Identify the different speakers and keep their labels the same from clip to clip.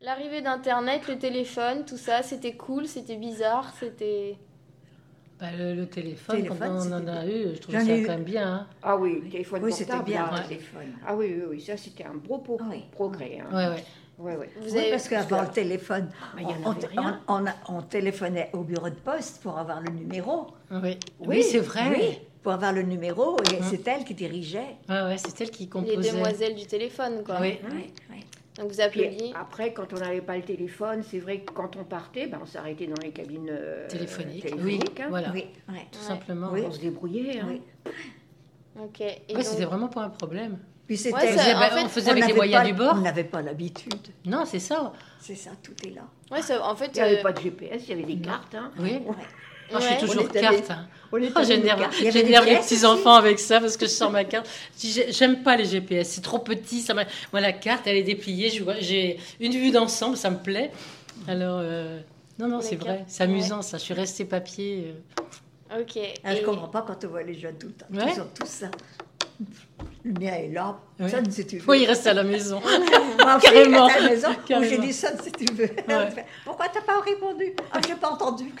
Speaker 1: L'arrivée d'Internet, le téléphone, tout ça, c'était cool, c'était bizarre, c'était...
Speaker 2: Bah, le, le téléphone,
Speaker 3: Téléphone,
Speaker 2: quand on en
Speaker 3: c'était
Speaker 2: a eu, je trouve
Speaker 3: J'en
Speaker 2: ça
Speaker 3: ai eu.
Speaker 2: quand même bien. hein.
Speaker 4: Ah oui, le téléphone
Speaker 3: Oui, c'était
Speaker 4: portable.
Speaker 3: bien
Speaker 4: hein.
Speaker 3: le
Speaker 2: ouais.
Speaker 3: téléphone.
Speaker 4: Ah oui, oui, oui, ça c'était un gros pro-
Speaker 3: Ah oui.
Speaker 4: progrès. hein.
Speaker 2: Ouais, ouais.
Speaker 4: Ouais, ouais.
Speaker 1: Vous
Speaker 3: Oui, parce qu'avant le téléphone,
Speaker 4: Mais il y en
Speaker 3: on,
Speaker 4: avait
Speaker 3: on- on a- on téléphonait au bureau de poste pour avoir le numéro.
Speaker 2: Oui, Oui, c'est vrai.
Speaker 3: oui, pour avoir le numéro, et
Speaker 2: Mhm.
Speaker 3: c'est elle qui dirigeait.
Speaker 2: Ouais, ouais, c'est elle qui
Speaker 1: Les
Speaker 2: composait.
Speaker 1: demoiselles du téléphone, quoi.
Speaker 2: Oui.
Speaker 1: Donc vous
Speaker 4: Puis
Speaker 1: appeliez...
Speaker 4: après, quand on n'avait pas le téléphone, c'est vrai que quand on partait, ben, on s'arrêtait dans les cabines euh,
Speaker 2: Téléphonique.
Speaker 4: téléphoniques,
Speaker 2: Oui,
Speaker 4: hein.
Speaker 2: voilà.
Speaker 3: Oui, oui,
Speaker 2: Tout
Speaker 1: Ouais.
Speaker 2: simplement.
Speaker 3: Oui.
Speaker 4: On se débrouillait. hein.
Speaker 3: oui.
Speaker 1: Ok. Et
Speaker 2: Ouais,
Speaker 1: donc-
Speaker 2: c'était vraiment pas un problème.
Speaker 3: Puis c'était.
Speaker 1: Ouais,
Speaker 2: On
Speaker 1: ça-
Speaker 2: faisait,
Speaker 1: en
Speaker 2: bah,
Speaker 1: fait,
Speaker 2: on faisait
Speaker 3: on
Speaker 2: avec les
Speaker 3: n'avait
Speaker 2: moyens
Speaker 3: pas-
Speaker 2: du bord.
Speaker 3: On n'avait pas l'habitude.
Speaker 2: Non, c'est ça.
Speaker 3: C'est ça, tout est là.
Speaker 1: ouais, ça- en fait...
Speaker 4: Il n'y avait
Speaker 1: euh,
Speaker 4: pas de GPS, il y avait des cartes. hein.
Speaker 2: Oui.
Speaker 3: Ouais.
Speaker 2: Moi, je suis
Speaker 1: ouais.
Speaker 2: toujours
Speaker 4: était
Speaker 2: carte. hein. Oh,
Speaker 4: On était
Speaker 2: J'énerve
Speaker 3: Il y avait des
Speaker 2: j'énerve les
Speaker 3: pièces aussi.
Speaker 2: petits-enfants avec ça parce que je sors ma carte. Je dis, j'ai- J'aime pas les GPS, c'est trop petit. Ça m'a- Moi, la carte, elle est dépliée. je vois- J'ai une vue d'ensemble, ça me plaît. Alors, euh, non, non,
Speaker 1: Les
Speaker 2: c'est vrai.
Speaker 1: cartes,
Speaker 2: C'est amusant, ça. Je suis restée papier. euh.
Speaker 1: Ok.
Speaker 3: Ah, je
Speaker 1: Et-
Speaker 3: ne comprends pas quand on voit les jeunes tout le temps.
Speaker 2: Ouais.
Speaker 3: Ils ont tout ça. Le mien est là.
Speaker 2: Ouais.
Speaker 3: Sonne si tu veux.
Speaker 2: Faut y rester à la maison.
Speaker 3: Moi aussi,
Speaker 2: Carrément.
Speaker 3: j'étais à la maison,
Speaker 2: Carrément.
Speaker 3: j'ai dit sonne si tu veux. Elle me fait, Pourquoi t'as pas répondu Ah, j'ai pas entendu.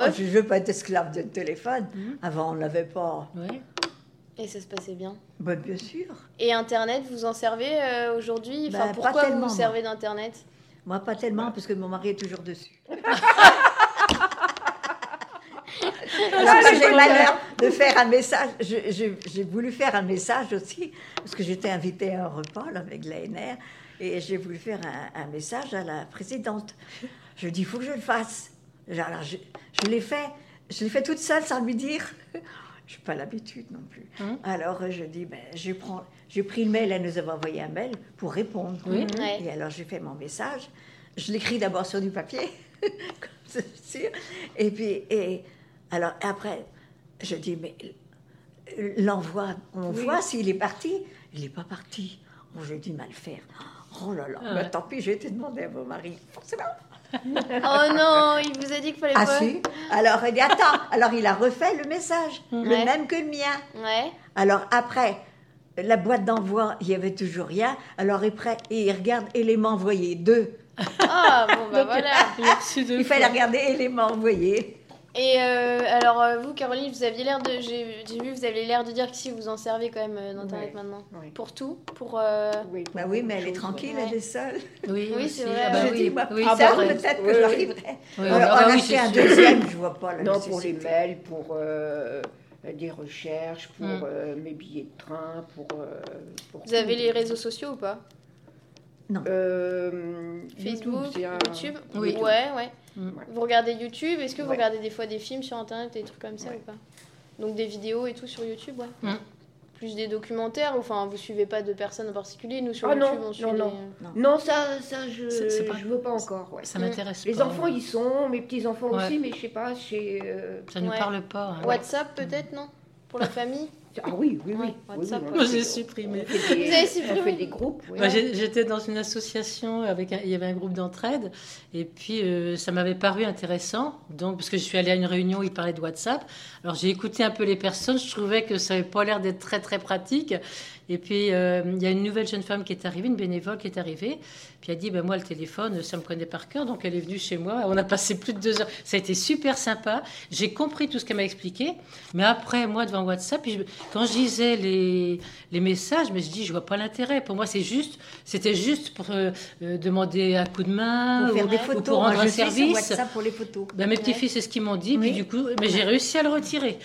Speaker 3: Oh, je veux pas être esclave de téléphone.
Speaker 2: Mhm.
Speaker 3: Avant, on l'avait pas.
Speaker 2: Ouais.
Speaker 1: Et ça se passait bien.
Speaker 3: Ben, bien sûr.
Speaker 1: Et Internet, vous en servez euh, aujourd'hui
Speaker 3: Bah,
Speaker 1: enfin,
Speaker 3: pas
Speaker 1: Pourquoi vous
Speaker 3: tellement,
Speaker 1: vous
Speaker 3: moi.
Speaker 1: servez d'Internet
Speaker 3: Moi, pas tellement, parce que mon mari est toujours dessus. Alors, quand j'ai le malheur de faire un message. je- je- J'ai voulu faire un message aussi, parce que j'étais invitée à un repas là, avec l'ANR, et j'ai voulu faire un, un message à la présidente. Je lui ai dit, il faut que je le fasse. Alors, je, je l'ai fait. Je l'ai fait toute seule sans lui dire. Je n'ai pas l'habitude non plus.
Speaker 2: Hum.
Speaker 3: Alors, euh, je dis, ben, je prends, j'ai pris le mail, elle nous avait envoyé un mail pour répondre.
Speaker 2: Oui.
Speaker 1: Ouais.
Speaker 3: Et alors, j'ai fait mon message. Je l'écris d'abord sur du papier, comme ceci. Et puis, et, alors, après, je dis, mais l'envoi, on voit s'il est parti. Il n'est pas parti. Oh, j'ai dû mal faire. Oh là là,
Speaker 2: Ah
Speaker 3: bah,
Speaker 2: ouais.
Speaker 3: tant pis, j'ai été demander à mon mari. Forcément.
Speaker 1: Oh non, il vous a dit qu'il fallait
Speaker 3: Ah
Speaker 1: pas.
Speaker 3: si Alors, il dit, attends. Alors, il a refait le message,
Speaker 1: Ouais.
Speaker 3: le même que le mien.
Speaker 1: Ouais.
Speaker 3: Alors après, la boîte d'envoi, il n'y avait toujours rien. Alors après, et il regarde et les m'a envoyé deux.
Speaker 1: Ah bon bah
Speaker 2: Donc,
Speaker 1: voilà.
Speaker 2: il a reçu deux
Speaker 3: Il fallait
Speaker 2: fois.
Speaker 3: regarder et les m'a envoyé.
Speaker 1: Et euh, alors euh, vous, Caroline, vous aviez l'air de, j'ai j'ai vu, vous aviez l'air de dire que si vous en servez quand même euh, d'Internet
Speaker 4: Ouais.
Speaker 1: maintenant.
Speaker 4: Ouais.
Speaker 1: Pour tout, pour. euh,
Speaker 4: Oui, pour
Speaker 3: Bah oui,
Speaker 4: beaucoup
Speaker 3: mais
Speaker 4: de
Speaker 3: elle est
Speaker 4: choses,
Speaker 3: tranquille,
Speaker 1: ouais.
Speaker 3: elle est seule.
Speaker 2: Oui,
Speaker 1: Oui,
Speaker 2: aussi.
Speaker 1: c'est vrai.
Speaker 2: Ah bah
Speaker 3: je
Speaker 2: oui.
Speaker 3: dis, moi,
Speaker 2: Oui,
Speaker 3: ça,
Speaker 2: c'est
Speaker 4: bah
Speaker 2: vrai.
Speaker 4: oui.
Speaker 3: peut-être que
Speaker 4: Oui,
Speaker 3: je
Speaker 4: oui.
Speaker 3: l'arriverai.
Speaker 2: Oui,
Speaker 3: Alors,
Speaker 2: ah
Speaker 3: on
Speaker 2: oui,
Speaker 3: a
Speaker 2: c'est
Speaker 3: acheté un
Speaker 2: sûr.
Speaker 3: deuxième, je vois pas la
Speaker 4: ouais. Non, pour les
Speaker 3: nécessité.
Speaker 4: mails, pour euh, des recherches, pour
Speaker 2: Mm.
Speaker 4: euh, mes billets de train, pour. euh, pour
Speaker 1: Vous
Speaker 4: tout.
Speaker 1: avez les réseaux sociaux ou pas
Speaker 4: Euh,
Speaker 1: Facebook,
Speaker 4: c'est un-
Speaker 1: YouTube.
Speaker 2: Oui.
Speaker 1: Ouais, ouais.
Speaker 2: Mm.
Speaker 1: Vous regardez YouTube Est-ce que vous
Speaker 4: Ouais.
Speaker 1: regardez des fois des films sur Internet, des trucs comme ça
Speaker 4: Ouais.
Speaker 1: ou pas Donc des vidéos et tout sur YouTube, ouais.
Speaker 2: Mm.
Speaker 1: Plus des documentaires, enfin vous suivez pas de personnes en particulier. Nous sur
Speaker 4: Ah non,
Speaker 1: YouTube, on
Speaker 4: non,
Speaker 1: suit.
Speaker 4: non.
Speaker 1: les-
Speaker 4: Non, ça, ça je
Speaker 2: C'est- c'est pas-
Speaker 4: je veux pas encore. ouais.
Speaker 2: Ça m'intéresse
Speaker 4: Les
Speaker 2: pas.
Speaker 4: enfants, ils sont, mes petits-enfants
Speaker 2: Ouais.
Speaker 4: aussi, mais je sais pas, c'est... euh,
Speaker 2: Ça ne nous
Speaker 1: Ouais.
Speaker 2: parle pas. hein.
Speaker 1: WhatsApp peut-être, non Pour la famille
Speaker 4: Ah oui, oui, oui.
Speaker 1: Ouais,
Speaker 4: oui, oui,
Speaker 1: WhatsApp,
Speaker 4: on
Speaker 1: ouais.
Speaker 4: fait
Speaker 2: Moi, j'ai
Speaker 4: des-
Speaker 2: supprimé.
Speaker 4: on fait des-
Speaker 1: Vous avez
Speaker 4: On fait
Speaker 1: supprimé
Speaker 4: des groupes, ouais.
Speaker 2: Moi, j'ai- J'étais dans une association avec un- il y avait un groupe d'entraide et puis euh, ça m'avait paru intéressant donc parce que je suis allée à une réunion où ils parlaient de WhatsApp alors j'ai écouté un peu les personnes je trouvais que ça n'avait pas l'air d'être très très pratique et puis euh, il y a une nouvelle jeune femme qui est arrivée une bénévole qui est arrivée puis elle dit ben moi le téléphone ça me connaît par cœur donc elle est venue chez moi on a passé plus de deux heures ça a été super sympa j'ai compris tout ce qu'elle m'a expliqué mais après moi devant WhatsApp puis je- quand je lisais les les messages mais je dis je vois pas l'intérêt pour moi c'est juste c'était juste pour euh, euh, demander un coup de main
Speaker 3: Pour faire
Speaker 2: ou,
Speaker 3: des
Speaker 2: ou
Speaker 3: photos,
Speaker 2: Ah, pour rendre
Speaker 3: Moi,
Speaker 2: un
Speaker 3: je suis sur
Speaker 2: service.
Speaker 3: WhatsApp pour les photos.
Speaker 2: Ben, mes
Speaker 1: Ouais.
Speaker 2: petits-fils, c'est ce qu'ils m'ont dit, puis
Speaker 3: Oui.
Speaker 2: du coup, mais j'ai réussi à le retirer.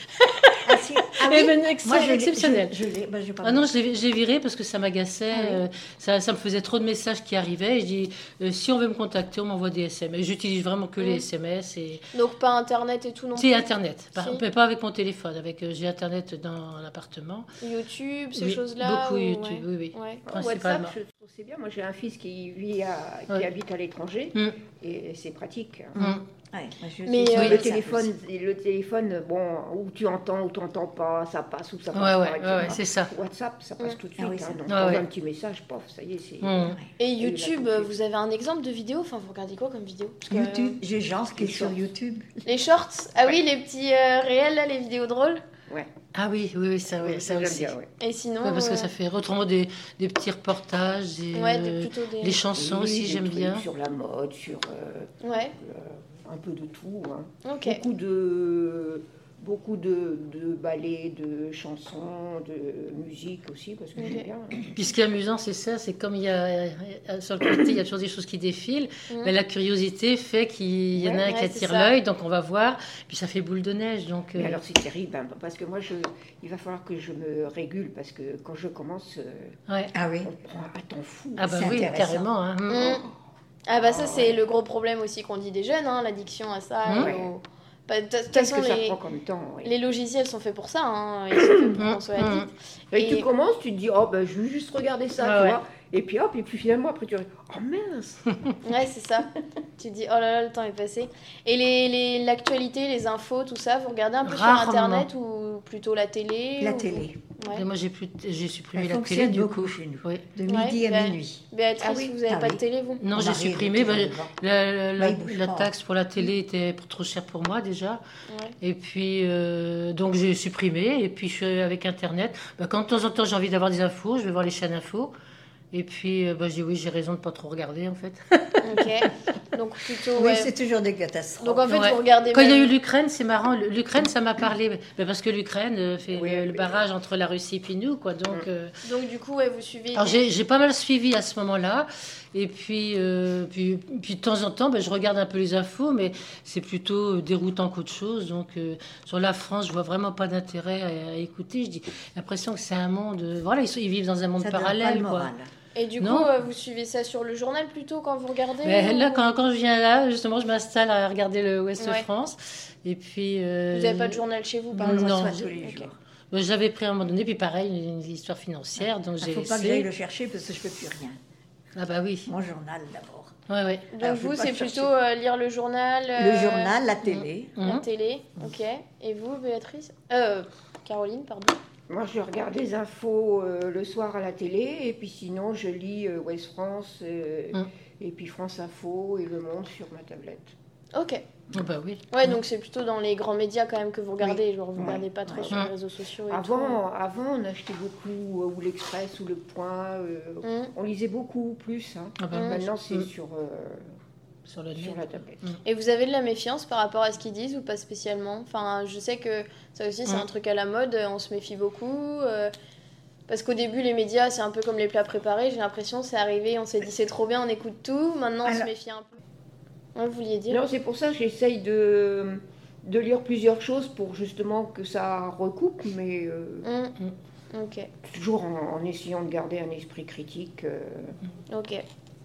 Speaker 3: Ah, si. Ah
Speaker 2: Eh
Speaker 3: oui.
Speaker 2: ben,
Speaker 3: Moi, je l'ai-
Speaker 2: exceptionnel.
Speaker 3: Je, je l'ai, ben, j'ai pas
Speaker 2: Ah non, je l'ai je l'ai viré parce que ça m'agaçait,
Speaker 3: Ah oui.
Speaker 2: euh, ça, ça me faisait trop de messages qui arrivaient. Et je dis, euh, si on veut me contacter, on m'envoie des SMS. J'utilise vraiment que les
Speaker 1: Mm.
Speaker 2: SMS et
Speaker 1: Donc pas Internet et tout non
Speaker 2: c'est Internet. Par-
Speaker 1: Si.
Speaker 2: mais Pas avec mon téléphone, avec euh, j'ai Internet dans l'appartement.
Speaker 1: YouTube, ces
Speaker 2: Oui,
Speaker 1: choses-là
Speaker 2: Beaucoup
Speaker 1: ou-
Speaker 2: YouTube, oui, oui.
Speaker 1: Ouais. Ouais.
Speaker 4: Ah,
Speaker 2: principalement.
Speaker 4: WhatsApp, je trouve c'est bien. Moi, j'ai un fils qui vit à, qui
Speaker 2: Ouais.
Speaker 4: habite à l'étranger
Speaker 2: Mm.
Speaker 4: et c'est pratique.
Speaker 1: Mmh.
Speaker 2: Mm.
Speaker 3: Ouais, moi, je
Speaker 1: Mais,
Speaker 3: suis sur
Speaker 1: euh,
Speaker 4: Le
Speaker 3: WhatsApp
Speaker 4: téléphone,
Speaker 3: aussi.
Speaker 4: le téléphone, bon, où tu entends, où tu entends pas, ça passe, ou ça
Speaker 2: Ouais,
Speaker 4: passe
Speaker 2: ouais,
Speaker 4: pas.
Speaker 2: ouais,
Speaker 4: etc.
Speaker 2: ouais, c'est ça.
Speaker 4: WhatsApp, ça passe
Speaker 1: Mm.
Speaker 4: tout de
Speaker 3: Ah
Speaker 4: suite.
Speaker 3: oui, ça-
Speaker 4: hein. donc,
Speaker 2: Ouais,
Speaker 4: on
Speaker 2: ouais.
Speaker 4: un petit message, pof, ça y est, c'est.
Speaker 2: Mm.
Speaker 1: Et
Speaker 4: il a
Speaker 1: YouTube,
Speaker 4: compris.
Speaker 1: euh, vous avez un exemple de vidéo Enfin, vous regardez quoi comme vidéo Parce que, euh,
Speaker 3: YouTube, j'ai Jean qui est sur
Speaker 4: shorts.
Speaker 3: YouTube.
Speaker 1: les shorts Ah oui, les petits euh, réels, là, les vidéos drôles
Speaker 4: Ouais.
Speaker 2: Ah oui, oui, oui, ça, oui, ça
Speaker 4: J'aime
Speaker 2: aussi.
Speaker 4: bien, ouais.
Speaker 1: Et sinon.
Speaker 2: Ouais, parce que
Speaker 1: euh,
Speaker 2: ça fait retremont des, des petits reportages, des,
Speaker 1: Ouais,
Speaker 2: euh,
Speaker 1: des- plutôt des.
Speaker 2: les chansons
Speaker 4: Oui,
Speaker 2: aussi,
Speaker 4: des
Speaker 2: j'aime
Speaker 4: trucs
Speaker 2: bien.
Speaker 4: Sur la mode, sur euh,
Speaker 1: Ouais,
Speaker 4: un peu de tout. hein.
Speaker 1: ok.
Speaker 4: Beaucoup de beaucoup de, de ballets, de chansons, de musique aussi, parce que
Speaker 1: Ok.
Speaker 4: j'aime bien. hein.
Speaker 2: Puis ce qui est amusant, c'est ça, c'est comme il y a euh, sur le côté, il y a toujours des choses qui défilent,
Speaker 1: Mhm.
Speaker 2: mais la curiosité fait qu'il y en a
Speaker 4: Ouais,
Speaker 2: un
Speaker 1: ouais,
Speaker 2: qui attire
Speaker 1: c'est ça.
Speaker 2: l'œil, donc on va voir. Puis ça fait boule de neige, donc euh,
Speaker 4: Mais alors c'est terrible, hein, parce que moi, je, il va falloir que je me régule, parce que quand je commence, euh,
Speaker 2: ouais.
Speaker 3: Ah oui.
Speaker 4: on prend un temps fou.
Speaker 2: Ah bah
Speaker 3: C'est
Speaker 2: oui,
Speaker 3: intéressant.
Speaker 2: carrément. hein. Mhm.
Speaker 1: Mm. Ah bah ça
Speaker 4: Ah
Speaker 1: c'est
Speaker 4: ouais.
Speaker 1: le gros problème aussi qu'on dit des jeunes, hein, l'addiction à ça.
Speaker 2: Mm.
Speaker 1: et
Speaker 4: Ouais.
Speaker 1: au- Bah, De toute
Speaker 4: Qu'est-ce
Speaker 1: façon
Speaker 4: que ça
Speaker 1: les...
Speaker 4: prend comme temps ouais.
Speaker 1: les logiciels sont faits pour ça, hein, ils sont faits pour qu'on soit
Speaker 2: Mm.
Speaker 1: addict.
Speaker 4: Et,
Speaker 1: Et-
Speaker 4: tu commences, tu te dis, oh ben je veux juste regarder ça,
Speaker 2: Ah
Speaker 4: tu
Speaker 2: ouais.
Speaker 4: vois. Et puis hop, et puis finalement après tu dis, oh mince
Speaker 2: Mm.
Speaker 1: Ouais c'est ça. tu te dis oh là là le temps est passé. Et les- les- l'actualité, les, infos, tout ça, vous regardez un peu sur
Speaker 2: Rarement.
Speaker 1: internet ou plutôt la télé
Speaker 3: La
Speaker 1: ou-
Speaker 3: télé.
Speaker 1: Ouais.
Speaker 2: Et moi j'ai plus, j'ai supprimé
Speaker 3: Elle
Speaker 2: la télé
Speaker 3: fonctionne
Speaker 2: du
Speaker 3: beaucoup
Speaker 2: coup.
Speaker 3: chez nous.
Speaker 2: Oui.
Speaker 3: De
Speaker 1: Ouais,
Speaker 3: midi à
Speaker 1: bah,
Speaker 3: minuit.
Speaker 1: Béatrice,
Speaker 3: Ah oui,
Speaker 1: vous n'avez
Speaker 3: ah
Speaker 1: pas
Speaker 3: oui.
Speaker 1: de télé vous
Speaker 2: Non,
Speaker 3: Mon
Speaker 2: j'ai
Speaker 3: mari est
Speaker 2: supprimé.
Speaker 4: hein.
Speaker 2: bah,
Speaker 3: toujours vivant.
Speaker 2: la, la- la-
Speaker 3: il bouge
Speaker 2: la
Speaker 3: pas.
Speaker 2: taxe pour la télé était p- trop chère pour moi déjà.
Speaker 1: Ouais.
Speaker 2: Et puis, euh, donc j'ai supprimé. Et puis, je suis avec Internet. Bah, quand de temps en temps j'ai envie d'avoir des infos, je vais voir les chaînes infos. Et puis, euh, bah, j'ai oui, j'ai raison de pas trop regarder en fait.
Speaker 1: Ok. Donc plutôt.
Speaker 3: Oui,
Speaker 1: ouais.
Speaker 3: c'est toujours des catastrophes.
Speaker 1: Donc en fait
Speaker 2: Ouais.
Speaker 1: vous regardez.
Speaker 2: Quand il y a
Speaker 1: même-
Speaker 2: eu l'Ukraine, c'est marrant. l- L'Ukraine, ça m'a parlé. Bah, parce que l'Ukraine euh, fait
Speaker 4: Oui,
Speaker 2: le,
Speaker 4: oui.
Speaker 2: le barrage entre la Russie et puis nous, quoi. Donc. euh,
Speaker 1: Donc du coup ouais, vous suivez.
Speaker 2: Alors
Speaker 1: des-
Speaker 2: j'ai j'ai pas mal suivi à ce moment-là, et puis, euh, puis, puis de temps en temps, ben, je regarde un peu les infos, mais c'est plutôt euh, déroutant qu'autre chose. Donc euh, sur la France, je vois vraiment pas d'intérêt à, à écouter. Je dis j'ai l'impression que c'est un monde, euh, voilà, ils, sont- ils vivent dans un monde
Speaker 3: ça donne pas
Speaker 2: parallèle.
Speaker 3: le
Speaker 2: Quoi.
Speaker 3: moral.
Speaker 1: Et du
Speaker 2: Non.
Speaker 1: coup, euh, vous suivez ça sur le journal plutôt quand vous regardez
Speaker 2: Mais
Speaker 1: ou-
Speaker 2: Ben, là, quand, quand je viens là, justement, je m'installe à regarder le Ouest
Speaker 1: Ouais.
Speaker 2: France, et puis euh,
Speaker 1: Vous n'avez pas de journal chez vous,
Speaker 3: On
Speaker 1: par
Speaker 2: Non.
Speaker 1: exemple
Speaker 3: reçoit tous les
Speaker 1: Ok.
Speaker 3: jours.
Speaker 2: ben, j'avais pris à un moment donné, puis pareil, une, une histoire financière, donc
Speaker 3: Il
Speaker 2: j'ai
Speaker 3: Ah, faut pas que j'aille
Speaker 2: laissé.
Speaker 3: le chercher parce que je peux plus rien.
Speaker 2: Ah bah oui,
Speaker 3: Mon journal d'abord.
Speaker 2: ouais ouais.
Speaker 1: Donc
Speaker 3: Alors, Ah, je vais
Speaker 1: vous,
Speaker 3: pas
Speaker 1: c'est
Speaker 3: chercher.
Speaker 1: plutôt euh, lire le journal
Speaker 3: Le
Speaker 1: euh,
Speaker 3: journal, la télé.
Speaker 1: La
Speaker 2: Mhm.
Speaker 1: télé, ok. Et vous, Béatrice Euh, Caroline, pardon.
Speaker 4: Moi je regarde les infos euh, le soir à la télé, et puis sinon je lis euh, Ouest France, euh,
Speaker 2: Mm.
Speaker 4: et puis France Info et Le Monde sur ma tablette.
Speaker 1: Ok.
Speaker 2: Ah bah oui.
Speaker 1: Ouais, donc c'est plutôt dans les grands médias quand même que vous regardez. Genre, vous
Speaker 4: Ouais.
Speaker 1: regardez pas trop
Speaker 4: Ouais.
Speaker 1: sur les
Speaker 2: Mhm.
Speaker 1: réseaux sociaux
Speaker 3: Ah
Speaker 1: et
Speaker 4: Avant, avant on achetait beaucoup, euh, ou l'Express, ou Le Point, euh,
Speaker 1: tout. Mhm.
Speaker 4: on lisait beaucoup plus. hein.
Speaker 2: Ah bah
Speaker 1: Mm.
Speaker 2: oui.
Speaker 4: Maintenant c'est
Speaker 2: Mm.
Speaker 4: sur, euh,
Speaker 2: Sur le
Speaker 4: sur
Speaker 2: net.
Speaker 4: la tablette.
Speaker 1: Et vous avez de la méfiance par rapport à ce qu'ils disent ou pas spécialement Enfin, je sais que ça aussi, c'est
Speaker 2: Mm.
Speaker 1: un truc à la mode, euh, on se méfie beaucoup. euh, parce qu'au début, les médias, c'est un peu comme les plats préparés, j'ai l'impression, c'est arrivé, on s'est dit c'est trop bien, on écoute tout, maintenant on se
Speaker 3: Alors-
Speaker 1: méfie un peu. Ouais, vous vouliez dire
Speaker 4: Non, c'est pour ça que j'essaye de, de lire plusieurs choses pour justement que ça recoupe, mais euh,
Speaker 1: Mm. Ok,
Speaker 4: toujours en, en essayant de garder un esprit critique. euh.
Speaker 1: ok.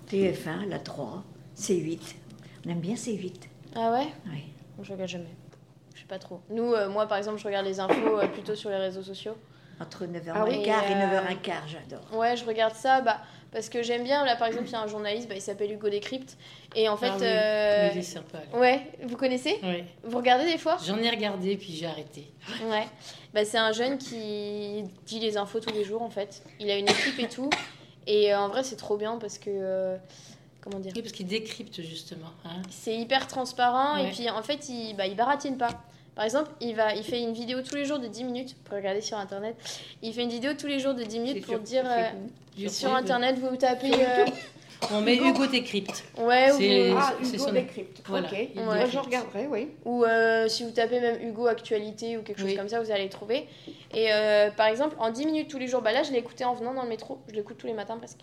Speaker 3: TF1, la 3, C8. On aime bien C8.
Speaker 1: Ah ouais
Speaker 3: Oui.
Speaker 1: Je regarde jamais. Je sais pas trop. Nous, euh, moi par exemple, je regarde les infos euh, plutôt sur les réseaux sociaux.
Speaker 3: Entre 9h15
Speaker 1: Ah oui,
Speaker 3: et
Speaker 1: euh,
Speaker 3: 9h15, j'adore.
Speaker 1: Ouais, je regarde ça, bah, parce que j'aime bien. Là par exemple, il y a un journaliste, bah, il s'appelle Hugo Décrypte. Et en fait.
Speaker 2: Ah oui,
Speaker 1: euh,
Speaker 2: il est sympa, lui.
Speaker 1: Ouais, vous connaissez
Speaker 2: Ouais.
Speaker 1: Vous regardez des fois
Speaker 2: J'en ai regardé puis j'ai arrêté.
Speaker 1: Ouais. Bah, c'est un jeune qui dit les infos tous les jours en fait. Il a une équipe et tout. Et euh, en vrai, c'est trop bien parce que. euh, comment dire
Speaker 2: Oui, parce qu'il décrypte justement. hein.
Speaker 1: C'est hyper transparent et
Speaker 2: Ouais.
Speaker 1: puis en fait, il, bah, il baratine pas. Par exemple, il, va, il fait une vidéo tous les jours de 10 minutes. Vous pouvez regarder sur internet. Il fait une vidéo tous les jours de 10
Speaker 4: C'est
Speaker 1: minutes pour
Speaker 4: sur-
Speaker 1: dire.
Speaker 4: c'est
Speaker 1: euh,
Speaker 4: cool.
Speaker 2: Sur
Speaker 1: sur
Speaker 2: YouTube.
Speaker 1: internet, vous tapez.
Speaker 4: Sur
Speaker 1: euh,
Speaker 2: On met Hugo décrypte.
Speaker 1: ouais, ou
Speaker 2: C'est-
Speaker 1: vous-
Speaker 4: Ah,
Speaker 2: c'est
Speaker 4: Hugo
Speaker 2: son-
Speaker 4: décrypte.
Speaker 2: Voilà,
Speaker 4: Ok.
Speaker 2: il
Speaker 4: Moi,
Speaker 2: décrypte.
Speaker 4: je regarderai, oui.
Speaker 1: Ou euh, si vous tapez même Hugo Actualité ou quelque chose
Speaker 2: Oui.
Speaker 1: comme ça, vous allez trouver. Et euh, par exemple, en 10 minutes tous les jours, bah là je l'ai écouté en venant dans le métro, je l'écoute tous les matins presque.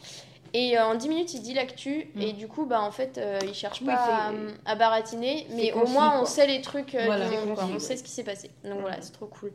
Speaker 1: Et euh, en 10 minutes, il dit l'actu,
Speaker 2: Mm.
Speaker 1: et du coup, bah en fait, euh, il cherche
Speaker 4: Oui,
Speaker 1: pas à,
Speaker 4: c'est-
Speaker 1: à baratiner, mais au
Speaker 4: concis,
Speaker 1: moins on
Speaker 4: quoi.
Speaker 1: sait les trucs euh,
Speaker 2: Voilà.
Speaker 1: du
Speaker 2: C'est
Speaker 1: monde, quoi.
Speaker 4: concis,
Speaker 1: on
Speaker 4: oui.
Speaker 1: sait ce qui s'est passé. Donc
Speaker 4: Mm.
Speaker 1: voilà, c'est trop cool.